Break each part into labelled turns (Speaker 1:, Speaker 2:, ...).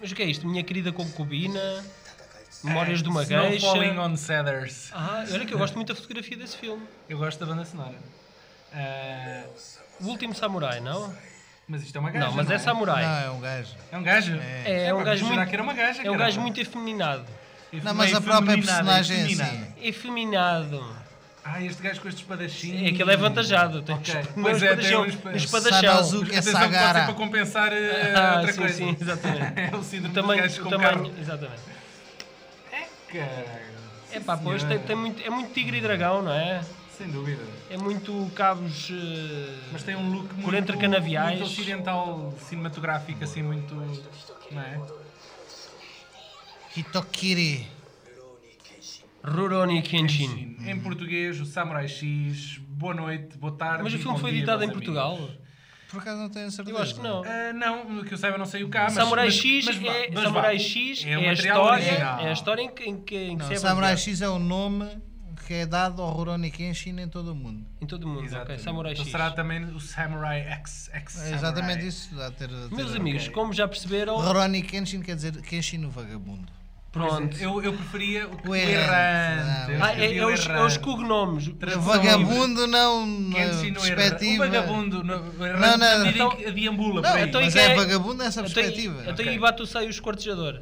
Speaker 1: Mas o que é isto? Minha querida concubina, Memórias de uma
Speaker 2: Snow
Speaker 1: Geisha.
Speaker 2: Falling on Cedars.
Speaker 1: Ah, olha que eu gosto muito da fotografia desse filme.
Speaker 2: Eu gosto da banda sonora. Ah,
Speaker 1: O Último Samurai, não?
Speaker 2: mas isto é uma gaja.
Speaker 1: Não, mas
Speaker 2: não
Speaker 1: é samurai.
Speaker 3: Não, é um gajo.
Speaker 2: É um gajo?
Speaker 3: É.
Speaker 1: É, é um
Speaker 2: pá,
Speaker 1: gajo
Speaker 2: eu jurava
Speaker 1: muito-
Speaker 2: que era uma gaja.
Speaker 1: É um
Speaker 2: caramba.
Speaker 1: gajo muito efeminado.
Speaker 2: E
Speaker 3: Não, mas
Speaker 1: é
Speaker 2: meio
Speaker 3: a própria
Speaker 2: feminina,
Speaker 3: personagem é
Speaker 2: feminina.
Speaker 3: assim.
Speaker 1: Efeminado.
Speaker 2: Ah, este gajo com este espadachim.
Speaker 1: É que ele é avantajado. Tem
Speaker 2: Ok.
Speaker 1: um
Speaker 2: Pois é, tem
Speaker 1: espadachão.
Speaker 2: um espa-
Speaker 1: um espadachão.
Speaker 2: Mas
Speaker 3: Sadazu. É
Speaker 2: atenção que pode ser
Speaker 3: Sagara.
Speaker 2: para compensar eh,
Speaker 1: Ah,
Speaker 2: outra
Speaker 1: sim,
Speaker 2: coisa.
Speaker 1: sim, exatamente.
Speaker 2: é o síndrome
Speaker 1: O
Speaker 2: dos
Speaker 1: tamanho,
Speaker 2: gajos
Speaker 1: o
Speaker 2: com
Speaker 1: tamanho,
Speaker 2: carro.
Speaker 1: exatamente.
Speaker 2: Caralho.
Speaker 1: É pá, pois
Speaker 2: senhora.
Speaker 1: tem, tem muito, é muito tigre e dragão, não é?
Speaker 2: Sem dúvida.
Speaker 1: É muito cabos. eh,
Speaker 2: Mas tem um look muito,
Speaker 1: entre canaviais.
Speaker 2: muito ocidental cinematográfico, assim, muito... Não é?
Speaker 3: Hitokiri.
Speaker 1: Rurouni Kenshin.
Speaker 2: Em português, o Samurai X, boa noite, boa tarde
Speaker 1: Mas o
Speaker 2: e
Speaker 1: filme
Speaker 2: bom
Speaker 1: foi
Speaker 2: dia,
Speaker 1: editado em
Speaker 2: meus
Speaker 1: Portugal?
Speaker 2: amigos.
Speaker 3: Por acaso não tenho certeza.
Speaker 1: Eu acho que não.
Speaker 2: Ah, não, que eu saiba, não sei o cá, mas...
Speaker 1: Samurai
Speaker 2: mas-
Speaker 1: X
Speaker 2: mas vá,
Speaker 1: é,
Speaker 2: mas
Speaker 1: Samurai
Speaker 2: vá.
Speaker 1: X é,
Speaker 2: É o
Speaker 1: a
Speaker 2: material
Speaker 1: história,
Speaker 2: original.
Speaker 1: é a história em que, em que, em que
Speaker 3: Não,
Speaker 1: se é
Speaker 3: Samurai
Speaker 1: baseado.
Speaker 3: X é o nome que é dado ao Rurouni Kenshin em todo o mundo.
Speaker 1: Em todo o mundo, ok.
Speaker 2: Exatamente.
Speaker 1: Samurai
Speaker 2: Então
Speaker 1: X.
Speaker 2: será também o Samurai X. X
Speaker 3: É exatamente
Speaker 2: Samurai.
Speaker 3: isso. Dá a ter, a ter
Speaker 1: Meus amigos,
Speaker 2: Ok.
Speaker 1: como já perceberam,
Speaker 3: Rurouni Kenshin quer dizer Kenshin o vagabundo.
Speaker 1: pronto.
Speaker 2: é, Eu, eu preferia o,
Speaker 3: O
Speaker 2: o
Speaker 3: errante.
Speaker 2: errante. Eu
Speaker 1: Ah, é,
Speaker 2: escrevi
Speaker 1: é
Speaker 2: o
Speaker 1: os, é
Speaker 2: errante.
Speaker 1: os cognomes.
Speaker 2: Tra-
Speaker 3: O
Speaker 2: Não,
Speaker 3: vagabundo não
Speaker 1: é
Speaker 2: Quem
Speaker 3: na
Speaker 2: ensina o errante? O
Speaker 3: perspectiva.
Speaker 2: vagabundo. Não,
Speaker 3: Não, não,
Speaker 2: não.
Speaker 1: então-
Speaker 2: que deambula
Speaker 1: Não,
Speaker 2: por aí.
Speaker 1: então
Speaker 3: Mas
Speaker 1: e quem
Speaker 3: é
Speaker 1: é-
Speaker 3: vagabundo nessa perspectiva.
Speaker 1: Até aí
Speaker 2: Ok.
Speaker 1: bate sai o esquartejador.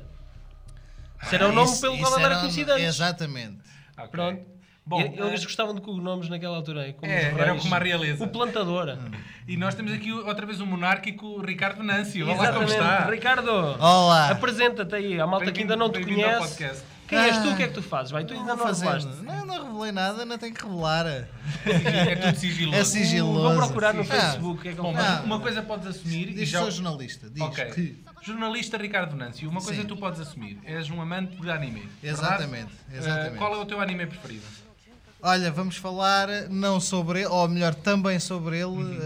Speaker 1: Será o nome
Speaker 3: Ah, Isso-
Speaker 1: pelo
Speaker 3: isso
Speaker 1: qual ela era
Speaker 3: um- é.
Speaker 1: conhecida antes.
Speaker 3: Exatamente.
Speaker 2: Ok.
Speaker 1: Pronto.
Speaker 2: Bom,
Speaker 1: E- eles
Speaker 2: eh,
Speaker 1: gostavam de cognomes naquela altura, como
Speaker 2: É,
Speaker 1: os
Speaker 2: era
Speaker 1: reis.
Speaker 2: como a realeza.
Speaker 1: O plantador.
Speaker 3: Hum.
Speaker 2: e nós temos aqui outra vez o monárquico Ricardo Venâncio. Olá como
Speaker 1: Exatamente.
Speaker 2: está.
Speaker 1: Ricardo,
Speaker 3: Olá.
Speaker 1: apresenta-te aí. A malta que
Speaker 2: Bem-vindo-
Speaker 1: ainda não te
Speaker 2: bem-vindo ao
Speaker 1: conhece.
Speaker 2: podcast.
Speaker 1: Quem és tu?
Speaker 3: Ah.
Speaker 1: O que é que tu fazes? Vai, tu ainda não
Speaker 3: fazer-
Speaker 1: falaste.
Speaker 3: Não, eu não revelei nada, não tenho que revelar.
Speaker 2: É tudo sigiloso.
Speaker 3: É sigiloso.
Speaker 1: Vou procurar no
Speaker 3: Ah,
Speaker 1: Facebook. o que é que eu
Speaker 2: Bom,
Speaker 1: faço.
Speaker 2: mas
Speaker 3: Não.
Speaker 2: uma coisa podes assumir e
Speaker 3: Diz que
Speaker 2: já...
Speaker 3: sou jornalista. Diz
Speaker 2: Ok.
Speaker 3: que.
Speaker 2: Jornalista Ricardo Venâncio, uma coisa
Speaker 3: Sim.
Speaker 2: tu podes assumir. És um amante de anime. verdade?
Speaker 3: Exatamente,
Speaker 2: Eh,
Speaker 3: exatamente.
Speaker 2: qual é o teu anime preferido?
Speaker 3: Olha, vamos falar não sobre ele, ou melhor, também sobre ele.
Speaker 1: Uhum.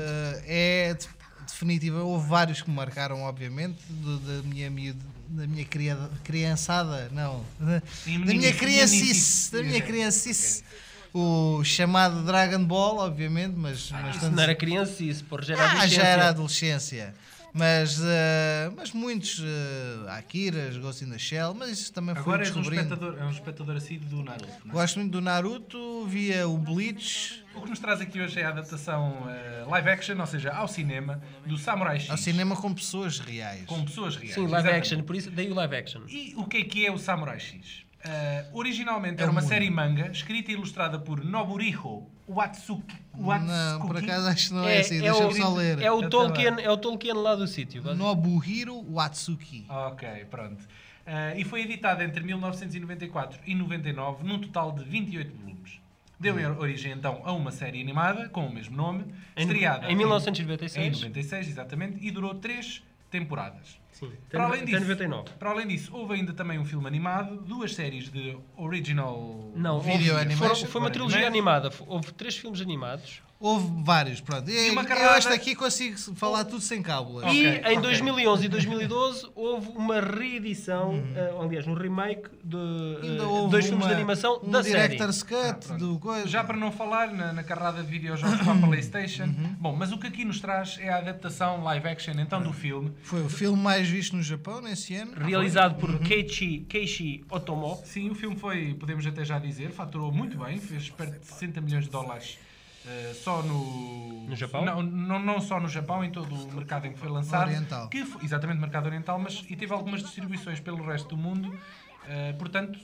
Speaker 3: eh, é de- definitiva. Houve vários que me marcaram, obviamente, do- da minha miúde- Da minha criada- criançada, não. Da, da minha
Speaker 2: meninice-
Speaker 3: criancice.
Speaker 2: meninice.
Speaker 3: Da minha criancice. O chamado Dragon Ball, obviamente, mas. mas
Speaker 1: Ah, Isso
Speaker 3: tantos-
Speaker 1: não era criança isso, por já era
Speaker 3: Ah, já
Speaker 1: adolescência.
Speaker 3: era adolescência. Mas, eh, mas muitos eh, Akiras, Ghost in the Shell, mas isso também foi
Speaker 2: Agora és um
Speaker 3: descobrindo.
Speaker 2: espectador, é um espectador assíduo do Naruto. não é?
Speaker 3: Gosto muito do Naruto, via o Bleach
Speaker 2: O que nos traz aqui hoje é a adaptação eh, live action, ou seja, ao cinema, do Samurai X.
Speaker 3: ao cinema com pessoas reais.
Speaker 2: Com pessoas reais.
Speaker 1: Sim, live
Speaker 2: exatamente.
Speaker 1: action, por isso daí o live action.
Speaker 2: E o que é que é o Samurai X? Eh, originalmente
Speaker 3: É
Speaker 2: era
Speaker 3: um
Speaker 2: uma
Speaker 3: mundo.
Speaker 2: série manga escrita e ilustrada por Noburiho Watsuki.
Speaker 3: Não, por
Speaker 2: Watsuki.
Speaker 3: acaso acho que não é, assim, deixa-me só ler.
Speaker 1: é o
Speaker 2: Eu
Speaker 1: Tolkien, é o Tolkien lá do sítio. base-
Speaker 3: Nobuhiro Watsuki.
Speaker 2: Ok, pronto. Ah, e foi editada entre 1994 e 99, num total de 28 volumes. Deu origem então a uma série animada com o mesmo nome,
Speaker 1: Hum. Em-
Speaker 2: estreada
Speaker 1: em 1996.
Speaker 2: em 96, exatamente, e durou 3 temporadas.
Speaker 1: Sim, até
Speaker 2: Para além,
Speaker 1: até
Speaker 2: disso,
Speaker 1: 99.
Speaker 2: para além disso, houve ainda também um filme animado, duas séries de original.
Speaker 1: Não,
Speaker 3: Video
Speaker 1: houve-
Speaker 3: animation.
Speaker 1: foram- foi uma trilogia animada. f- Houve três filmes animados.
Speaker 3: Houve vários, pronto. Eu,
Speaker 2: uma
Speaker 3: eu
Speaker 2: carrada-
Speaker 3: esta aqui consigo falar tudo sem cábulas.
Speaker 2: Ok,
Speaker 1: e
Speaker 2: ok.
Speaker 1: em 2011 e 2012 houve uma reedição, eh, aliás, um remake de eh,
Speaker 3: Uhum. Ainda houve
Speaker 1: dois filmes
Speaker 3: uma-
Speaker 1: de animação
Speaker 3: um
Speaker 1: da série.
Speaker 3: director's cut
Speaker 2: Ah, pronto.
Speaker 3: do coisa.
Speaker 2: Já para não falar na, na carrada de videojogos para a Playstation.
Speaker 1: Uhum.
Speaker 2: Bom, mas o que aqui nos traz é a adaptação live action então do filme
Speaker 3: Foi o filme mais visto no Japão nesse ano.
Speaker 1: Realizado por
Speaker 3: Uhum.
Speaker 1: Keiichi, Keiichi Otomo.
Speaker 2: Sim, o filme foi, podemos até já dizer, faturou muito bem, fez perto de 60 milhões de dólares eh, só no.
Speaker 1: No Japão?
Speaker 2: Não, não, não só no Japão, em todo o mercado em que foi lançado.
Speaker 3: Oriental.
Speaker 2: Que foi, exatamente, mercado oriental, mas e teve algumas distribuições pelo resto do mundo. eh, portanto,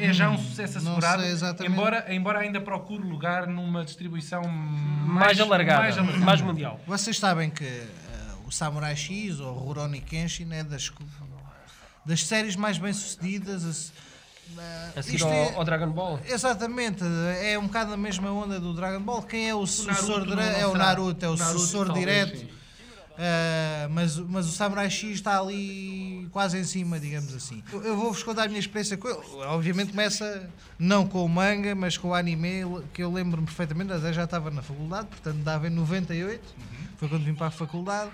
Speaker 2: é já um sucesso
Speaker 3: Não
Speaker 2: assegurado.
Speaker 3: sei exatamente.
Speaker 2: Embora, embora ainda procure lugar numa distribuição mais,
Speaker 1: Mais alargada,
Speaker 2: mais alargada.
Speaker 1: mais mundial.
Speaker 3: Vocês sabem que eh, o Samurai X ou Rurouni Kenshin é das, co- das séries mais eh, bem sucedidas.
Speaker 1: A seguir Assim, ao,
Speaker 3: é-
Speaker 1: ao Dragon Ball.
Speaker 3: Exatamente, é um bocado a mesma onda do Dragon Ball. Quem é o sucessor?
Speaker 2: Naruto
Speaker 3: dire-
Speaker 2: não
Speaker 3: É o
Speaker 2: será.
Speaker 3: Naruto, é o
Speaker 2: Naruto,
Speaker 3: sucessor
Speaker 2: talvez,
Speaker 3: direto.
Speaker 2: sim.
Speaker 3: Ah, mas, mas o Samurai X está ali quase em cima, digamos assim. Eu- Eu vou-vos contar a minha experiência com ele. Obviamente começa não com o manga, mas com o anime, que eu lembro-me perfeitamente. Até já estava na faculdade, portanto dava em 98, foi quando vim para a faculdade.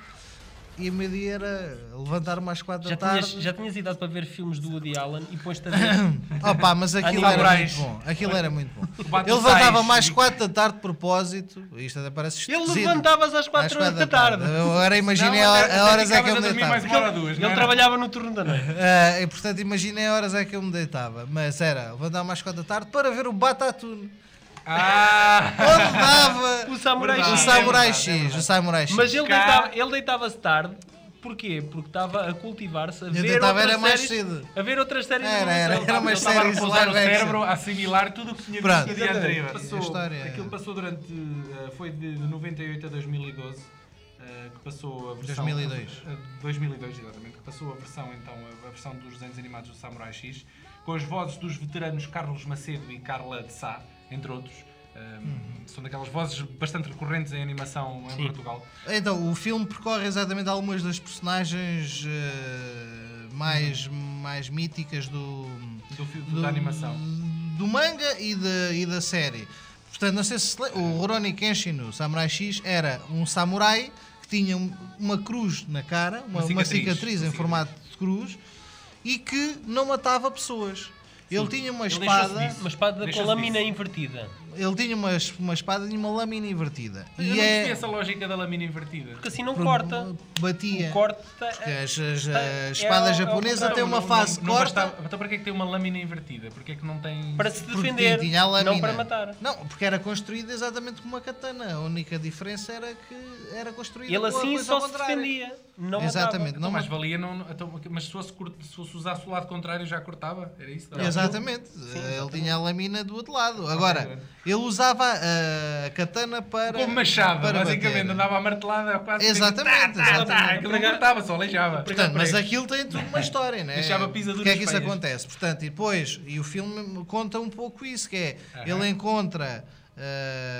Speaker 3: e a minha dia era levantar-me às quatro
Speaker 1: Já
Speaker 3: da tarde.
Speaker 1: tinhas, já tinhas idade para ver filmes do Woody Allen e pões-te a ver.
Speaker 3: Opa, Ah, mas aquilo era
Speaker 2: Animais.
Speaker 3: muito bom. Aquilo era muito bom.
Speaker 2: Bate
Speaker 3: Ele levantava
Speaker 2: sais.
Speaker 3: mais 4 da tarde de propósito. Isto até parece
Speaker 1: Ele
Speaker 3: esquisito.
Speaker 1: levantavas às
Speaker 3: Às
Speaker 1: 4
Speaker 3: quatro
Speaker 1: da tarde.
Speaker 3: Eu agora imaginei
Speaker 2: Não,
Speaker 3: a,
Speaker 2: até-
Speaker 3: a
Speaker 2: até
Speaker 3: horas é que
Speaker 2: ficavas
Speaker 3: eu
Speaker 2: a
Speaker 3: me
Speaker 2: dormir
Speaker 3: deitava.
Speaker 2: mais uma hora ou duas.
Speaker 1: Ele
Speaker 2: não é? era?
Speaker 1: trabalhava no turno da noite.
Speaker 3: Ah, e portanto, imaginei a horas é que eu me deitava. Mas era levantar-me às 4 da tarde para ver o Batatune.
Speaker 2: Ah!
Speaker 3: Onde dava
Speaker 1: O Samurai
Speaker 2: Verdade.
Speaker 3: o
Speaker 1: X.
Speaker 3: Samurai
Speaker 2: verdade, é
Speaker 3: X. O
Speaker 2: verdade.
Speaker 3: Samurai X.
Speaker 1: Mas ele
Speaker 2: Cá.
Speaker 1: deitava- ele deitava-se tarde. Porquê? Porque estava a cultivar-se, a
Speaker 3: Eu
Speaker 1: ver
Speaker 3: deitava
Speaker 1: outras
Speaker 3: era mais
Speaker 1: séries.
Speaker 3: cedo.
Speaker 1: A ver outras séries. de
Speaker 3: Era, era,
Speaker 1: televisão.
Speaker 3: era mais
Speaker 1: Ele estava a
Speaker 2: Estava a
Speaker 3: séries
Speaker 1: repousar.
Speaker 2: repousar o
Speaker 3: live action.
Speaker 2: cérebro, a assimilar tudo o que tinha
Speaker 3: Pronto.
Speaker 2: visto no dia
Speaker 1: Exatamente.
Speaker 2: anterior.
Speaker 3: Passou- A história- é-
Speaker 2: aquilo passou durante. eh, foi de 98 a 2012. eh, que passou a versão eh,
Speaker 3: 2002.
Speaker 2: a- a- 2002 exatamente que passou a versão então a, a versão dos desenhos animados do Samurai X com as vozes dos veteranos Carlos Macedo e Carla de Sá entre outros Eh,
Speaker 3: Uhum.
Speaker 2: são daquelas vozes bastante recorrentes em animação em Portugal
Speaker 3: Então, o filme percorre exatamente algumas das personagens eh, mais, mais míticas do,
Speaker 2: do filme da animação
Speaker 3: do manga e, da e da série. Portanto, não sei se, se le- o Rurouni Kenshin, no Samurai X, era um samurai que tinha um- uma cruz na cara,
Speaker 2: Uma
Speaker 3: uma, uma cicatriz,
Speaker 2: cicatriz, uma
Speaker 3: em
Speaker 2: cicatriz.
Speaker 3: formato de cruz, e que não matava pessoas. Ele tinha uma
Speaker 2: Ele
Speaker 3: espada,
Speaker 2: deixou-se disso.
Speaker 1: Uma espada com
Speaker 2: Deixa-se
Speaker 1: a lâmina
Speaker 2: disso.
Speaker 1: invertida.
Speaker 3: ele tinha uma, es- uma espada e uma lâmina invertida.
Speaker 2: eu não
Speaker 3: e
Speaker 2: percebi
Speaker 3: é
Speaker 2: essa lógica da lâmina invertida
Speaker 1: Porque assim não corta.
Speaker 3: batia.
Speaker 2: Um
Speaker 1: O corte tá-
Speaker 3: Porque as, as-
Speaker 1: Está-
Speaker 3: a
Speaker 1: é
Speaker 3: espada
Speaker 1: ao- ao
Speaker 3: japonesa
Speaker 1: contrário,
Speaker 3: tem uma
Speaker 2: Não-
Speaker 3: fase
Speaker 2: não- não
Speaker 3: corta
Speaker 2: bastava- Então para que é que tem uma lâmina invertida? Porque é que não tem...
Speaker 1: para se
Speaker 3: porque
Speaker 1: defender,
Speaker 3: tinha a lâmina.
Speaker 1: não para matar.
Speaker 3: Não, porque era construída exatamente como uma katana. A única diferença era que era construída
Speaker 1: Ele
Speaker 3: com a
Speaker 1: assim
Speaker 3: coisa
Speaker 1: só
Speaker 3: ao
Speaker 1: se
Speaker 3: contrário.
Speaker 1: defendia, não
Speaker 3: Exatamente,
Speaker 1: matava.
Speaker 2: Não,
Speaker 3: não
Speaker 2: mas
Speaker 3: mas
Speaker 2: valia não... não- então, mas se fosse, cur- se fosse usasse o lado contrário já cortava? Era isso? Não.
Speaker 3: Exatamente, ele tinha a lâmina do outro lado. Agora, ele usava ah, a katana para.
Speaker 2: Como machado,
Speaker 3: para
Speaker 2: basicamente.
Speaker 3: bater.
Speaker 2: Andava a martelada quase... Ah,
Speaker 3: Exatamente, exatamente.
Speaker 2: tá, Aquilo não cortava, só aleijava.
Speaker 3: Portanto, mas é aquilo tem tudo uma história, né?
Speaker 2: Deixava pisaduras
Speaker 3: Porque é que isso
Speaker 2: feias.
Speaker 3: acontece? Portanto, e depois, e o filme conta um pouco isso, que é,
Speaker 2: Aham.
Speaker 3: ele encontra...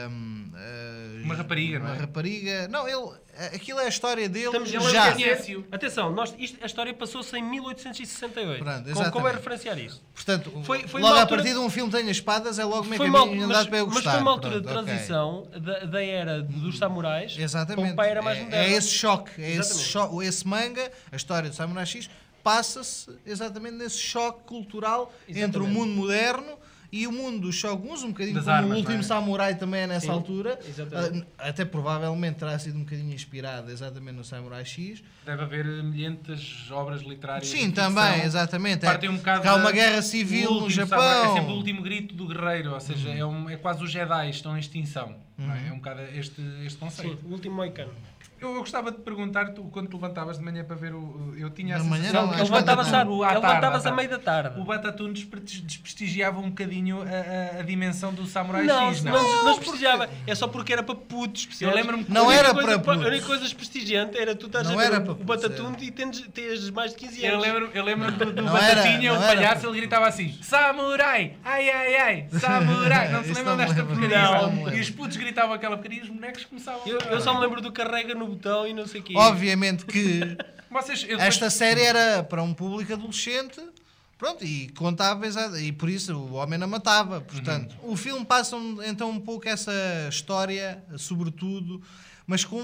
Speaker 3: ahm, ah,
Speaker 2: Uma rapariga, não
Speaker 3: uma
Speaker 2: é?
Speaker 3: rapariga. Não, ele, aquilo é a história dele
Speaker 1: Estamos
Speaker 2: ele
Speaker 3: já.
Speaker 1: a esquecer.
Speaker 2: Já.
Speaker 1: Atenção, nós, isto- a história passou-se em 1868.
Speaker 3: Pronto,
Speaker 1: como, como é
Speaker 3: exatamente.
Speaker 1: referenciar isto?
Speaker 3: Portanto,
Speaker 1: Foi- foi
Speaker 3: logo
Speaker 1: uma
Speaker 3: a
Speaker 1: altura-
Speaker 3: partir de um filme que tenha espadas, é logo meio
Speaker 1: Foi uma,
Speaker 3: caminho
Speaker 1: altura- mas,
Speaker 3: andado para eu
Speaker 1: mas
Speaker 3: gostar.
Speaker 1: foi uma altura de
Speaker 3: Pronto, ok.
Speaker 1: transição da, da era dos samurais.
Speaker 3: Exatamente.
Speaker 1: Para um pai era mais
Speaker 3: é,
Speaker 1: moderno.
Speaker 3: é esse choque, é esse,
Speaker 1: Exatamente.
Speaker 3: choque esse manga, a história do Samurai X, passa-se exatamente nesse choque cultural entre o
Speaker 1: Exatamente.
Speaker 3: mundo moderno e o mundo dos Shoguns, um bocadinho
Speaker 2: Das
Speaker 3: como
Speaker 2: armas,
Speaker 3: o último
Speaker 2: não é?
Speaker 3: Samurai também é nessa
Speaker 1: Sim,
Speaker 3: altura.
Speaker 1: exatamente.
Speaker 3: Ah, até provavelmente terá sido um bocadinho inspirado exatamente no Samurai X.
Speaker 2: Deve haver milhentas obras literárias. de
Speaker 3: Sim,
Speaker 2: ficção.
Speaker 3: também, exatamente. É,
Speaker 2: Partem um bocado
Speaker 3: porque há uma
Speaker 2: da-
Speaker 3: guerra
Speaker 2: o
Speaker 3: civil no
Speaker 2: último
Speaker 3: Japão. Uhum.
Speaker 2: samurai- É sempre o último grito do guerreiro, ou seja, é, um- é quase os Jedi estão em extinção. não é? É um bocado este, este conceito.
Speaker 1: Sim, o último moicano.
Speaker 2: Eu eu gostava de perguntar, tu quando te levantavas de manhã para ver o. Eu tinha a
Speaker 3: De manhã
Speaker 2: sensação
Speaker 3: não,
Speaker 1: Não,
Speaker 2: que
Speaker 1: ele
Speaker 3: às
Speaker 2: o
Speaker 3: quatro da
Speaker 1: levantava-se à,
Speaker 2: Batatune-
Speaker 3: um tarde.
Speaker 1: ele
Speaker 2: à tarde,
Speaker 1: levantava-se
Speaker 2: à
Speaker 1: à meio da tarde.
Speaker 2: O Batatune despre- desprestigiava um bocadinho a, a- a dimensão do Samurai
Speaker 1: Não,
Speaker 2: X,
Speaker 1: não,
Speaker 2: não?
Speaker 1: não, não desprestigiava. É só porque era para putos. percebes?
Speaker 2: Eu lembro-me que
Speaker 1: A
Speaker 3: Não
Speaker 1: única
Speaker 3: era
Speaker 1: coisa,
Speaker 3: para
Speaker 1: pa-
Speaker 3: putos.
Speaker 1: A única coisa desprestigiante era tu estás a
Speaker 3: Não
Speaker 1: ver
Speaker 3: era
Speaker 1: o-
Speaker 3: para
Speaker 1: o
Speaker 3: putos, é.
Speaker 1: Batatune e tens, tens mais de 15
Speaker 2: Eu
Speaker 1: anos.
Speaker 2: lembro, eu lembro do, do
Speaker 3: Não era,
Speaker 2: Batatinha,
Speaker 3: não
Speaker 2: o
Speaker 3: era.
Speaker 2: palhaço, ele gritava assim: Samurai! Ai, ai, ai! Samurai! Não se
Speaker 3: Isso
Speaker 2: lembram
Speaker 3: não me
Speaker 2: desta
Speaker 3: lembro,
Speaker 1: isso não
Speaker 2: porcaria?
Speaker 1: me
Speaker 3: lembro.
Speaker 2: E os putos gritavam aquela porcaria e os bonecos começavam
Speaker 1: Eu, eu só me lembro do carrega no botão e não sei o quê.
Speaker 3: Obviamente que
Speaker 2: Vocês, eu depois-
Speaker 3: Esta série era para um público adolescente, pronto, e contava exa- e por isso o homem não matava. Portanto,
Speaker 2: Uhum.
Speaker 3: o filme passa um- então um pouco essa história, sobretudo, mas com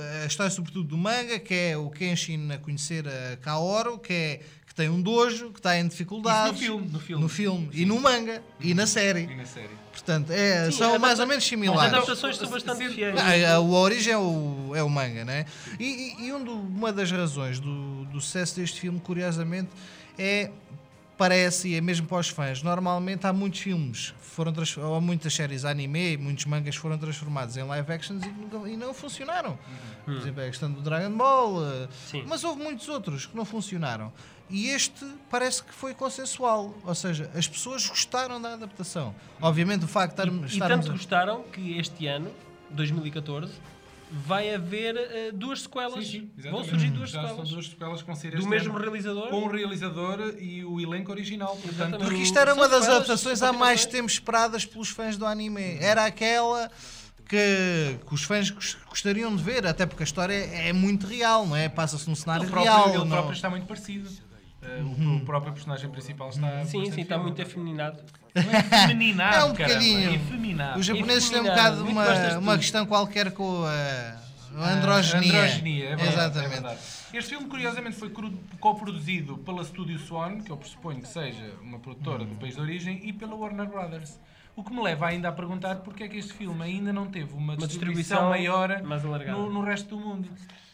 Speaker 3: eh, a história sobretudo do manga, que é o Kenshin a conhecer a Kaoru, que é que tem um dojo, que está em
Speaker 2: Isso
Speaker 3: dificuldades.
Speaker 2: no filme, no filme. Uhum.
Speaker 3: No filme, e no manga, e na
Speaker 2: E
Speaker 3: série.
Speaker 2: na série.
Speaker 3: Portanto, é,
Speaker 1: Sim,
Speaker 3: são
Speaker 1: adapta-
Speaker 3: mais ou menos
Speaker 1: As
Speaker 2: é
Speaker 3: similares.
Speaker 1: adaptações são bastante
Speaker 2: Sim.
Speaker 1: fiéis.
Speaker 3: Ah, a, a origem é o, é o manga, né? E, e, e um do- uma das razões do, do sucesso deste filme, curiosamente, é. Parece, e é mesmo para os fãs, normalmente há muitos filmes, foram trans- ou muitas séries anime, e muitos mangas foram transformados em live actions e, nunca- e não funcionaram. Por exemplo, a questão do Dragon Ball, eh,
Speaker 1: Uhum. Hum. Sim.
Speaker 3: mas houve muitos outros que não funcionaram. E este parece que foi consensual, ou seja, as pessoas gostaram da adaptação. Obviamente, o facto de estarmos.
Speaker 1: E
Speaker 3: estarmos
Speaker 1: tanto
Speaker 3: a-
Speaker 1: gostaram que este ano, 2014, vai haver eh, duas sequelas. Vão surgir duas
Speaker 2: Já
Speaker 1: sequelas.
Speaker 2: São duas sequelas que vão sair
Speaker 1: Do
Speaker 2: este
Speaker 1: mesmo
Speaker 2: ano,
Speaker 1: realizador.
Speaker 2: Com um o realizador e o elenco original. Portanto,
Speaker 1: Exatamente.
Speaker 3: Porque isto era
Speaker 1: São
Speaker 3: uma das
Speaker 1: sequelas,
Speaker 3: adaptações
Speaker 1: são
Speaker 3: há mais
Speaker 1: continuações.
Speaker 3: tempo esperadas pelos fãs do anime. Era aquela que, que os fãs gos- gostariam de ver, até porque a história é muito real, não é? Passa-se num cenário
Speaker 2: ele próprio,
Speaker 3: real.
Speaker 2: ele
Speaker 3: não- Uhum.
Speaker 2: próprio está muito parecido. Uh, o- o, próprio personagem principal está.
Speaker 1: Sim, sim, está muito
Speaker 2: afeminado.
Speaker 1: afeminado.
Speaker 2: Efeminado,
Speaker 3: É um
Speaker 2: caramba,
Speaker 3: bocadinho.
Speaker 2: Efeminado.
Speaker 3: Os japoneses têm um
Speaker 1: Infeminado,
Speaker 3: bocado
Speaker 1: muito
Speaker 3: uma,
Speaker 1: gostas de
Speaker 3: uma
Speaker 1: tudo.
Speaker 3: questão qualquer com a, Androgenia.
Speaker 2: Androgenia, Ah, é verdade,
Speaker 3: Exatamente.
Speaker 2: é verdade. Este filme, curiosamente, foi cru- coproduzido pela Studio Swan, que eu pressuponho que seja uma produtora do país de origem, e pela Warner Brothers. O que me leva ainda a perguntar porque é que este filme ainda não teve uma,
Speaker 1: Uma distribuição
Speaker 2: distribuição, maior
Speaker 1: mais alargada.
Speaker 2: no, no resto do mundo.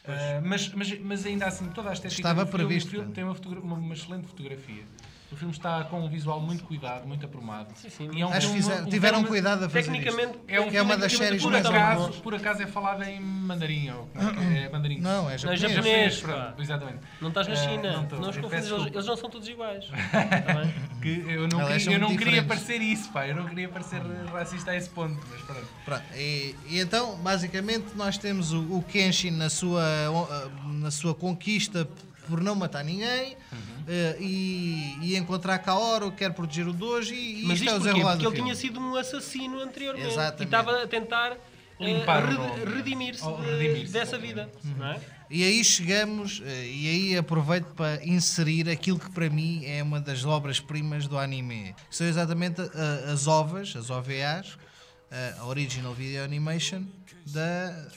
Speaker 2: Ah, mas, mas, mas ainda assim, toda a estética
Speaker 3: Estava
Speaker 2: do filme, o
Speaker 3: previsto.
Speaker 2: filme tem uma, fotogra- uma- uma excelente fotografia. O filme está com um visual muito cuidado, muito aprumado.
Speaker 1: Sim, sim.
Speaker 2: E é um
Speaker 3: Acho que
Speaker 2: filme-
Speaker 3: fizeram-
Speaker 2: um
Speaker 3: tiveram
Speaker 2: filme-
Speaker 3: cuidado a fazer isto.
Speaker 1: Tecnicamente,
Speaker 2: é, um
Speaker 3: Que é uma
Speaker 2: filme
Speaker 3: das
Speaker 2: que,
Speaker 3: séries
Speaker 2: por
Speaker 3: mais
Speaker 2: acaso,
Speaker 1: boas.
Speaker 2: por acaso é falada em mandarim ou como é que é? É mandarim.
Speaker 3: Não, é japonês.
Speaker 1: japonês, pá.
Speaker 2: pronto, exatamente.
Speaker 1: não estás na
Speaker 2: Eh,
Speaker 1: China.
Speaker 2: não
Speaker 1: Não,
Speaker 2: tô.
Speaker 1: os
Speaker 2: Eu
Speaker 1: confundes,
Speaker 2: peço
Speaker 1: eles,
Speaker 2: desculpa.
Speaker 1: eles não são todos iguais. Está bem?
Speaker 2: Que eu não,
Speaker 3: Elas
Speaker 2: queria,
Speaker 3: são
Speaker 2: eu não
Speaker 3: é muito
Speaker 2: queria
Speaker 3: diferentes.
Speaker 2: parecer isso, pá. Eu não queria parecer racista a esse ponto, mas pronto.
Speaker 3: Pronto, e, e então, basicamente, nós temos o, o Kenshin na sua, o- na sua conquista p- por não matar ninguém
Speaker 1: Uhum.
Speaker 3: eh, e, e encontrar Kaoru, quer proteger o Doji e
Speaker 1: Mas
Speaker 3: isto
Speaker 1: isto
Speaker 3: é o
Speaker 1: porquê?
Speaker 3: desenrolar do
Speaker 1: Porque ele
Speaker 3: filme.
Speaker 1: tinha sido um assassino anteriormente.
Speaker 3: Exatamente.
Speaker 1: E estava a tentar eh,
Speaker 2: Limpar o
Speaker 1: re-
Speaker 2: nome.
Speaker 1: redimir-se
Speaker 2: Ou
Speaker 1: de-
Speaker 2: redimir-se, Uhum.
Speaker 1: dessa vida.
Speaker 2: exatamente.
Speaker 1: Não é?
Speaker 3: E aí chegamos, eh, e aí aproveito para inserir aquilo que para mim é uma das obras-primas do anime, que são exatamente eh, as OVAs, as OVAs, eh, a Original Video Animation, da,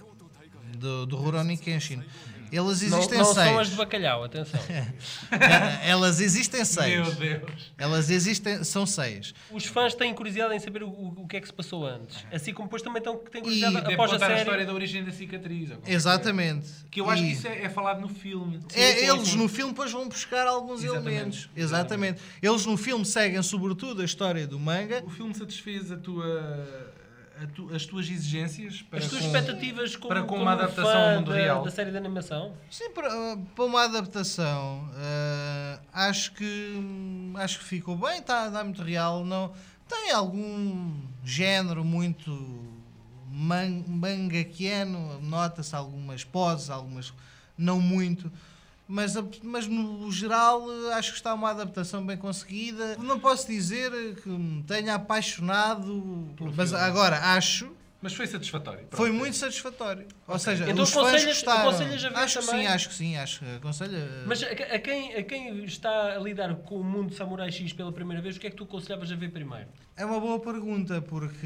Speaker 3: do, do Rurouni Kenshin. Elas
Speaker 1: Não,
Speaker 3: existem
Speaker 1: não
Speaker 3: seis.
Speaker 1: são as de bacalhau, atenção.
Speaker 3: Eh, Elas existem seis.
Speaker 2: Meu Deus.
Speaker 3: Elas existem, são seis.
Speaker 1: Os fãs têm curiosidade em saber o, o- o que é que se passou antes. Assim como depois também estão, têm
Speaker 3: E
Speaker 1: curiosidade
Speaker 2: Deve
Speaker 1: após a
Speaker 2: contar a história
Speaker 1: série.
Speaker 2: da origem da cicatriz. ou qualquer
Speaker 3: Exatamente.
Speaker 2: coisa. Que eu acho
Speaker 3: E-
Speaker 2: que isso é, é falado no filme.
Speaker 3: É, eles no filme depois vão buscar alguns
Speaker 2: Exatamente.
Speaker 3: elementos. Exatamente. Eles no filme seguem sobretudo a história do manga.
Speaker 2: O filme satisfez a tua, a tu- as tuas exigências para
Speaker 1: As tuas
Speaker 2: com-
Speaker 1: expectativas como,
Speaker 2: para com
Speaker 1: como
Speaker 2: uma
Speaker 1: um
Speaker 2: adaptação
Speaker 1: fã
Speaker 2: ao mundo
Speaker 1: da,
Speaker 2: real.
Speaker 1: da série de animação?
Speaker 3: Sim, para, para uma adaptação, ah, acho que acho que ficou bem, está a dar muito real, não tem algum género muito man, mangaquiano, nota-se algumas poses, algumas não muito. Mas, a- mas no geral eh, acho que está uma adaptação bem conseguida. Não posso dizer que me tenha apaixonado,
Speaker 2: Pelo
Speaker 3: mas
Speaker 2: filme.
Speaker 3: agora acho
Speaker 2: Mas foi satisfatório. pronto.
Speaker 3: foi muito satisfatório. Ou seja,
Speaker 1: Então
Speaker 3: os fãs
Speaker 1: aconselhas-
Speaker 3: gostaram.
Speaker 1: aconselhas a ver
Speaker 3: acho que
Speaker 1: também?
Speaker 3: sim, acho que sim, acho que aconselho. eh,
Speaker 1: Mas a, a quem, a quem está a lidar com o mundo de Samurai X pela primeira vez, o que é que tu aconselhavas a ver primeiro?
Speaker 3: É uma boa pergunta, porque.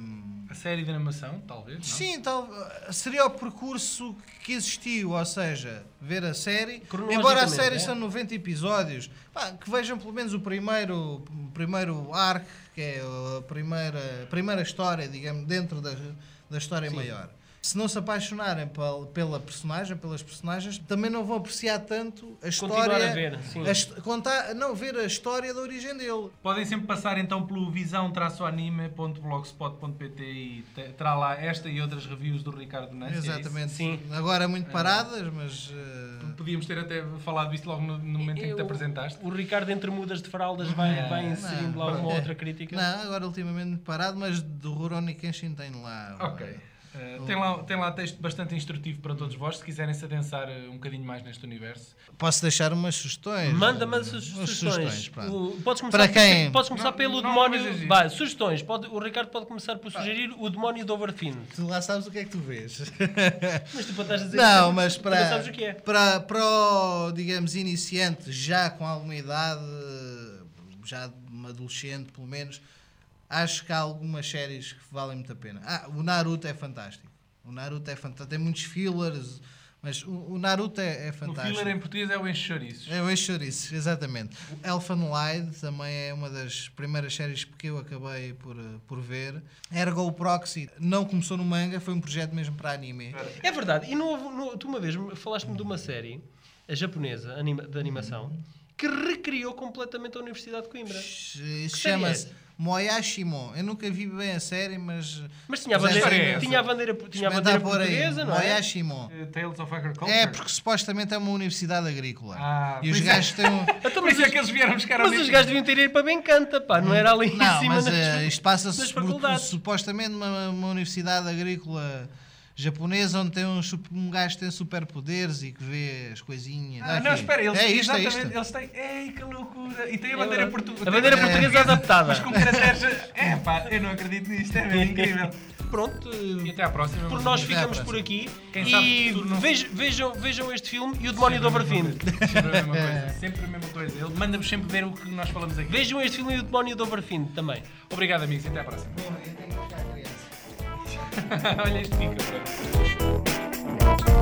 Speaker 3: hum,
Speaker 2: A série de animação, talvez. Não?
Speaker 3: Sim, tal, seria o percurso que existiu, ou seja, ver a série.
Speaker 1: Cronologicamente,
Speaker 3: Embora a série
Speaker 1: é?
Speaker 3: são 90 episódios, pá, que vejam pelo menos o primeiro, o primeiro arco, que é a primeira, a primeira história, digamos, dentro da, da história maior. Se não se apaixonarem pel- pela personagem, pelas personagens, também não vão apreciar tanto a história.
Speaker 1: Continuar a ver, sim.
Speaker 3: a hist- contar, não, ver a história da origem dele.
Speaker 2: Podem sempre passar então pelo visão-anime.blogspot.pt e te- terá lá esta e outras reviews do Ricardo Nantes. é
Speaker 3: Exatamente.
Speaker 1: é Sim. É.
Speaker 3: Agora muito paradas, mas. eh,
Speaker 2: Podíamos ter até falado isto logo no, no momento em que te
Speaker 1: Eu-
Speaker 2: apresentaste.
Speaker 1: O Ricardo, entre mudas de fraldas, vai, vai
Speaker 3: não,
Speaker 1: inserindo lá
Speaker 3: pronto.
Speaker 1: uma outra crítica.
Speaker 3: Não, agora ultimamente parado, mas do Rurouni Kenshin tem lá.
Speaker 2: Ok. Eh, tem, lá, tem lá texto bastante instrutivo para todos vós, se quiserem se adensar eh, um bocadinho mais neste universo.
Speaker 3: Posso deixar umas sugestões?
Speaker 1: Manda-me
Speaker 3: Umas
Speaker 1: su- sugestões.
Speaker 3: pronto.
Speaker 1: O- podes começar,
Speaker 3: Para quem?
Speaker 1: Podes começar
Speaker 2: Não,
Speaker 1: pelo
Speaker 2: não,
Speaker 1: demónio.
Speaker 2: mas é giro.
Speaker 1: Vai, sugestões. Pode, o Ricardo pode começar por sugerir o demónio do Overfiend.
Speaker 3: Tu lá sabes o que é que tu vês.
Speaker 1: Mas tu estás a dizer
Speaker 3: Não,
Speaker 1: que
Speaker 3: mas
Speaker 1: tu
Speaker 3: para,
Speaker 1: não sabes o que é.
Speaker 3: para, para o, digamos, iniciante, já com alguma idade, já uma adolescente pelo menos, acho que há algumas séries que valem muito a pena. Ah, o Naruto é fantástico. O Naruto é fantástico. Tem muitos fillers, mas o, o Naruto é, é
Speaker 2: O
Speaker 3: fantástico.
Speaker 2: filler em português é o enxouriços.
Speaker 3: É o Enxouriços, exatamente. Elfan Lied também é uma das primeiras séries que eu acabei por, eh, por ver. Ergo Proxy não começou no manga, foi um projeto mesmo para anime.
Speaker 1: É verdade. E não houve- não- tu uma vez me- falaste-me de uma série a japonesa anima- de animação que recriou completamente a Universidade de Coimbra.
Speaker 3: Isso
Speaker 1: série
Speaker 3: chama-se
Speaker 1: é?
Speaker 3: Moyashimo. Eu nunca vi bem a série, mas.
Speaker 1: Mas tinha a
Speaker 3: Mas é
Speaker 1: bandeira,
Speaker 2: sério?
Speaker 1: tinha a bandeira, tinha a
Speaker 3: experimenta
Speaker 1: bandeira
Speaker 3: pôr aí.
Speaker 1: portuguesa, não é?
Speaker 3: Moyashimo.
Speaker 2: Eh, Tales of Agriculture.
Speaker 3: É, porque supostamente é uma universidade agrícola.
Speaker 2: Ah,
Speaker 3: e os
Speaker 2: por isso
Speaker 3: gajos têm um.
Speaker 1: Então,
Speaker 2: Por
Speaker 1: mas
Speaker 2: isso é
Speaker 1: os-
Speaker 2: que eles vieram buscar ao
Speaker 1: mas os gajos deviam ter ido para bem canta, pá. Não era ali em
Speaker 3: Não,
Speaker 1: cima né?
Speaker 3: mas
Speaker 1: nas-
Speaker 3: eh, isto passa-se
Speaker 1: nas
Speaker 3: por-
Speaker 1: faculdades.
Speaker 3: supostamente numa numa universidade agrícola japonesa onde tem um, sup- um gajo que tem superpoderes e que vê as coisinhas.
Speaker 2: Ah,
Speaker 3: Aqui.
Speaker 2: não, espera, eles,
Speaker 3: é isto, é
Speaker 2: exatamente,
Speaker 3: isto.
Speaker 2: eles têm. Ei, que loucura! E tem a
Speaker 1: É
Speaker 2: bandeira
Speaker 1: verdade.
Speaker 2: portuguesa.
Speaker 1: A bandeira
Speaker 3: É.
Speaker 1: portuguesa adaptada.
Speaker 2: Mas com caracteres. É pá, eu não acredito nisto, é mesmo incrível.
Speaker 1: Pronto, eh,
Speaker 2: E até à próxima.
Speaker 1: por nós
Speaker 3: Até à
Speaker 1: ficamos
Speaker 3: próxima.
Speaker 1: por aqui.
Speaker 2: Quem
Speaker 1: e
Speaker 2: sabe que tudo não-
Speaker 1: vej- vejam, vejam este filme e o Demónio do Overfind.
Speaker 2: Sempre a mesma coisa, sempre a mesma coisa. Ele manda-vos sempre ver o que nós falamos aqui.
Speaker 1: Vejam este filme e o Demónio do Overfind também.
Speaker 2: Obrigado, amigos, e até à próxima. Olha este pica, cara.
Speaker 4: Tchau.